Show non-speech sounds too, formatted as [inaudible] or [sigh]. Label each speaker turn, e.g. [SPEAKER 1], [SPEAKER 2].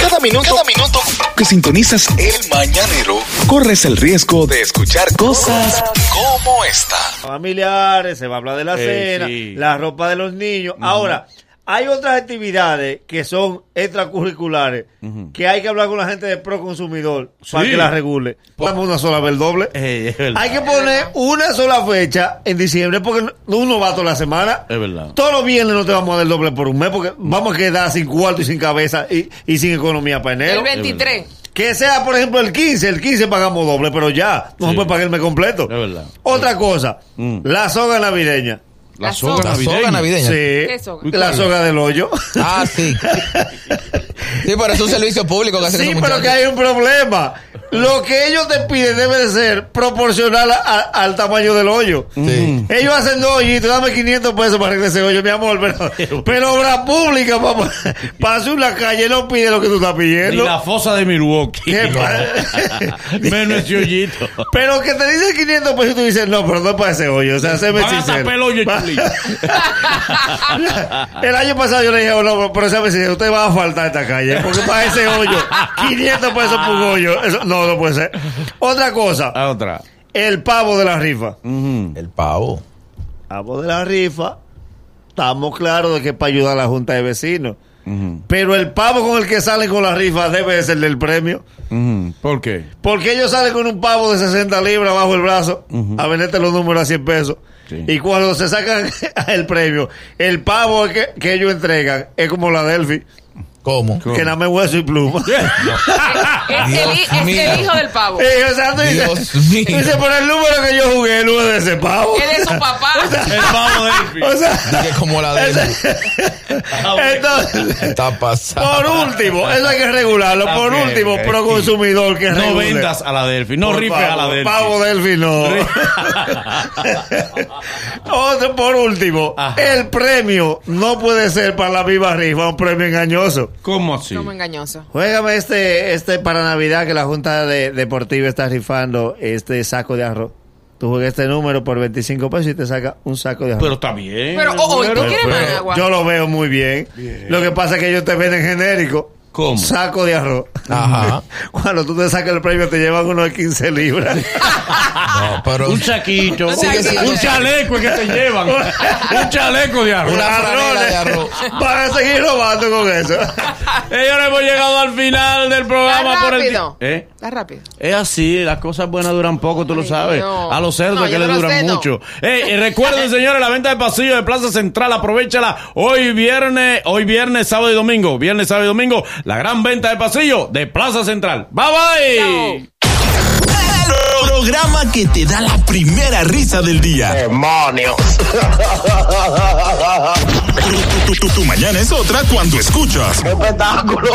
[SPEAKER 1] Cada minuto, cada minuto que sintonizas el mañanero, corres el riesgo de escuchar cosas como esta.
[SPEAKER 2] familiares, se va a hablar de la
[SPEAKER 3] Eh,
[SPEAKER 2] cena,
[SPEAKER 3] sí.
[SPEAKER 2] la ropa de los niños. Ahora, hay otras actividades que son extracurriculares que hay que hablar con la gente de Proconsumidor para
[SPEAKER 3] Sí.
[SPEAKER 2] que las regule. Dame una sola vez el doble.
[SPEAKER 3] Ey, es verdad.
[SPEAKER 2] Hay que poner una sola fecha en diciembre porque no- uno va toda la semana.
[SPEAKER 3] Es verdad.
[SPEAKER 2] Todos los viernes no te vamos a dar el doble por un mes porque vamos a quedar sin cuarto y sin cabeza y, y sin economía para enero.
[SPEAKER 4] El 23.
[SPEAKER 2] Que sea, por ejemplo, el 15. El 15 pagamos doble, pero ya. No
[SPEAKER 3] Sí.
[SPEAKER 2] se puede pagar el mes completo.
[SPEAKER 3] Es verdad.
[SPEAKER 2] Otra cosa,
[SPEAKER 3] Mm.
[SPEAKER 2] la soga navideña.
[SPEAKER 3] La
[SPEAKER 4] La
[SPEAKER 3] soga,
[SPEAKER 4] soga.
[SPEAKER 5] La
[SPEAKER 3] navideña.
[SPEAKER 5] soga navideña.
[SPEAKER 2] Sí.
[SPEAKER 4] ¿Qué soga?
[SPEAKER 2] La soga del hoyo.
[SPEAKER 5] Ah, sí. Sí, pero es un servicio público que hacen
[SPEAKER 2] Sí,
[SPEAKER 5] esos
[SPEAKER 2] pero
[SPEAKER 5] muchachos.
[SPEAKER 2] que hay un problema. Lo que ellos te piden debe de ser proporcional a- a- al tamaño del hoyo. Mm.
[SPEAKER 5] Sí.
[SPEAKER 2] Ellos hacen dos hoyitos, dame 500 pesos para arreglar ese hoyo, mi amor.
[SPEAKER 3] [laughs]
[SPEAKER 2] Pero, pero obra pública, papá. [laughs] Pase una calle, no pide lo que tú estás
[SPEAKER 3] Ni
[SPEAKER 2] pidiendo.
[SPEAKER 3] la fosa de Milwaukee. [laughs]
[SPEAKER 2] ¿Qué [laughs] pa-
[SPEAKER 3] Menos ese hoyito.
[SPEAKER 2] Pero que te dicen 500 pesos y tú dices, no, pero no es para ese hoyo. O sea, se me
[SPEAKER 3] Van a tapar el hoyo, Chuli.
[SPEAKER 2] [laughs] El año pasado yo le dije, oh, no, pero sabe si usted va a faltar esta calle, porque para ese hoyo, 500 pesos por un hoyo, eso- no, no puede ser. Otra cosa,
[SPEAKER 3] La Ah, otra.
[SPEAKER 2] el pavo de la rifa.
[SPEAKER 5] El pavo.
[SPEAKER 2] Pavo de la rifa, estamos claros de que es para ayudar a la junta de vecinos, pero el pavo con el que salen con la rifa debe de ser del premio,
[SPEAKER 3] Ujú. ¿Por qué?
[SPEAKER 2] porque ellos salen con un pavo de 60 libras bajo el brazo a venderte los números a 100 pesos.
[SPEAKER 3] Sí.
[SPEAKER 2] Y cuando se sacan [laughs] el premio, el pavo que, que ellos entregan es como la Delphi.
[SPEAKER 5] ¿Cómo?
[SPEAKER 2] Que nada me hueso y pluma. [laughs]
[SPEAKER 4] Es, Ah, el, hi-
[SPEAKER 5] Dios
[SPEAKER 4] es el
[SPEAKER 5] mío.
[SPEAKER 4] hijo del pavo.
[SPEAKER 2] Eh, o sea, tú dices,
[SPEAKER 5] Dios
[SPEAKER 2] tú
[SPEAKER 5] mío.
[SPEAKER 2] dices, por el número que yo jugué, el número de ese pavo.
[SPEAKER 4] Él es su papá.
[SPEAKER 3] El pavo de
[SPEAKER 2] [laughs] O
[SPEAKER 5] Que
[SPEAKER 2] sea, [laughs]
[SPEAKER 5] como la de
[SPEAKER 2] ese- entonces,
[SPEAKER 5] está pasando.
[SPEAKER 2] por último, eso hay que regularlo. Por
[SPEAKER 3] Ok,
[SPEAKER 2] último,
[SPEAKER 3] ok.
[SPEAKER 2] pro consumidor que
[SPEAKER 3] No
[SPEAKER 2] regule.
[SPEAKER 3] vendas a la Delphi. No
[SPEAKER 2] Por
[SPEAKER 3] rifes a
[SPEAKER 2] favor,
[SPEAKER 3] la Delphi.
[SPEAKER 2] Pavo Delphi,
[SPEAKER 3] [laughs]
[SPEAKER 2] no. Otro, por último,
[SPEAKER 3] Ajá.
[SPEAKER 2] el premio no puede ser para la viva rifa, un premio engañoso.
[SPEAKER 3] ¿Cómo así?
[SPEAKER 4] No me engañoso.
[SPEAKER 2] Juégame este, este para Navidad que la Junta de- Deportiva está rifando este saco de arroz. Tú juegas este número por 25 pesos y te saca un saco de arroz.
[SPEAKER 3] Pero está bien.
[SPEAKER 4] Pero, oh, oh, ¿y tú
[SPEAKER 3] Pero-
[SPEAKER 4] quieres más agua?
[SPEAKER 2] Yo lo veo muy bien. Lo que pasa es que ellos te venden genérico.
[SPEAKER 3] ¿Cómo?
[SPEAKER 2] Saco de arroz.
[SPEAKER 5] Ajá.
[SPEAKER 2] [laughs] Cuando tú te sacas el premio te llevan uno de 15 libras. Ah,
[SPEAKER 5] No, pero
[SPEAKER 3] Un saquito.
[SPEAKER 4] [laughs] Un saquito.
[SPEAKER 3] Un chaleco que te
[SPEAKER 2] [laughs]
[SPEAKER 3] llevan. Un chaleco de arroz.
[SPEAKER 5] Una franela
[SPEAKER 2] Ladrones.
[SPEAKER 5] de arroz.
[SPEAKER 2] Van a seguir robando con eso.
[SPEAKER 3] Señores, hemos llegado al final del programa
[SPEAKER 4] Está
[SPEAKER 3] por el.
[SPEAKER 4] rápido.
[SPEAKER 3] ti- ¿Eh?
[SPEAKER 4] Está rápido.
[SPEAKER 3] Es así, las cosas buenas duran poco, tú lo
[SPEAKER 4] Ay,
[SPEAKER 3] sabes.
[SPEAKER 4] no.
[SPEAKER 3] A los cerdos
[SPEAKER 4] No,
[SPEAKER 3] que
[SPEAKER 4] yo
[SPEAKER 3] le
[SPEAKER 4] no lo
[SPEAKER 3] duran
[SPEAKER 4] sé, no.
[SPEAKER 3] mucho. Eh, y
[SPEAKER 4] [laughs]
[SPEAKER 3] recuerden, señores, la venta de pasillo de Plaza Central, aprovechala hoy viernes, hoy viernes, sábado y domingo. Viernes, sábado y domingo, la gran venta de pasillo de Plaza Central. Bye bye.
[SPEAKER 4] Chao.
[SPEAKER 6] El programa que te da la primera risa del día. ¡Demonios! Tu, tu, tu, tu mañana es otra cuando escuchas. ¡Espectáculo!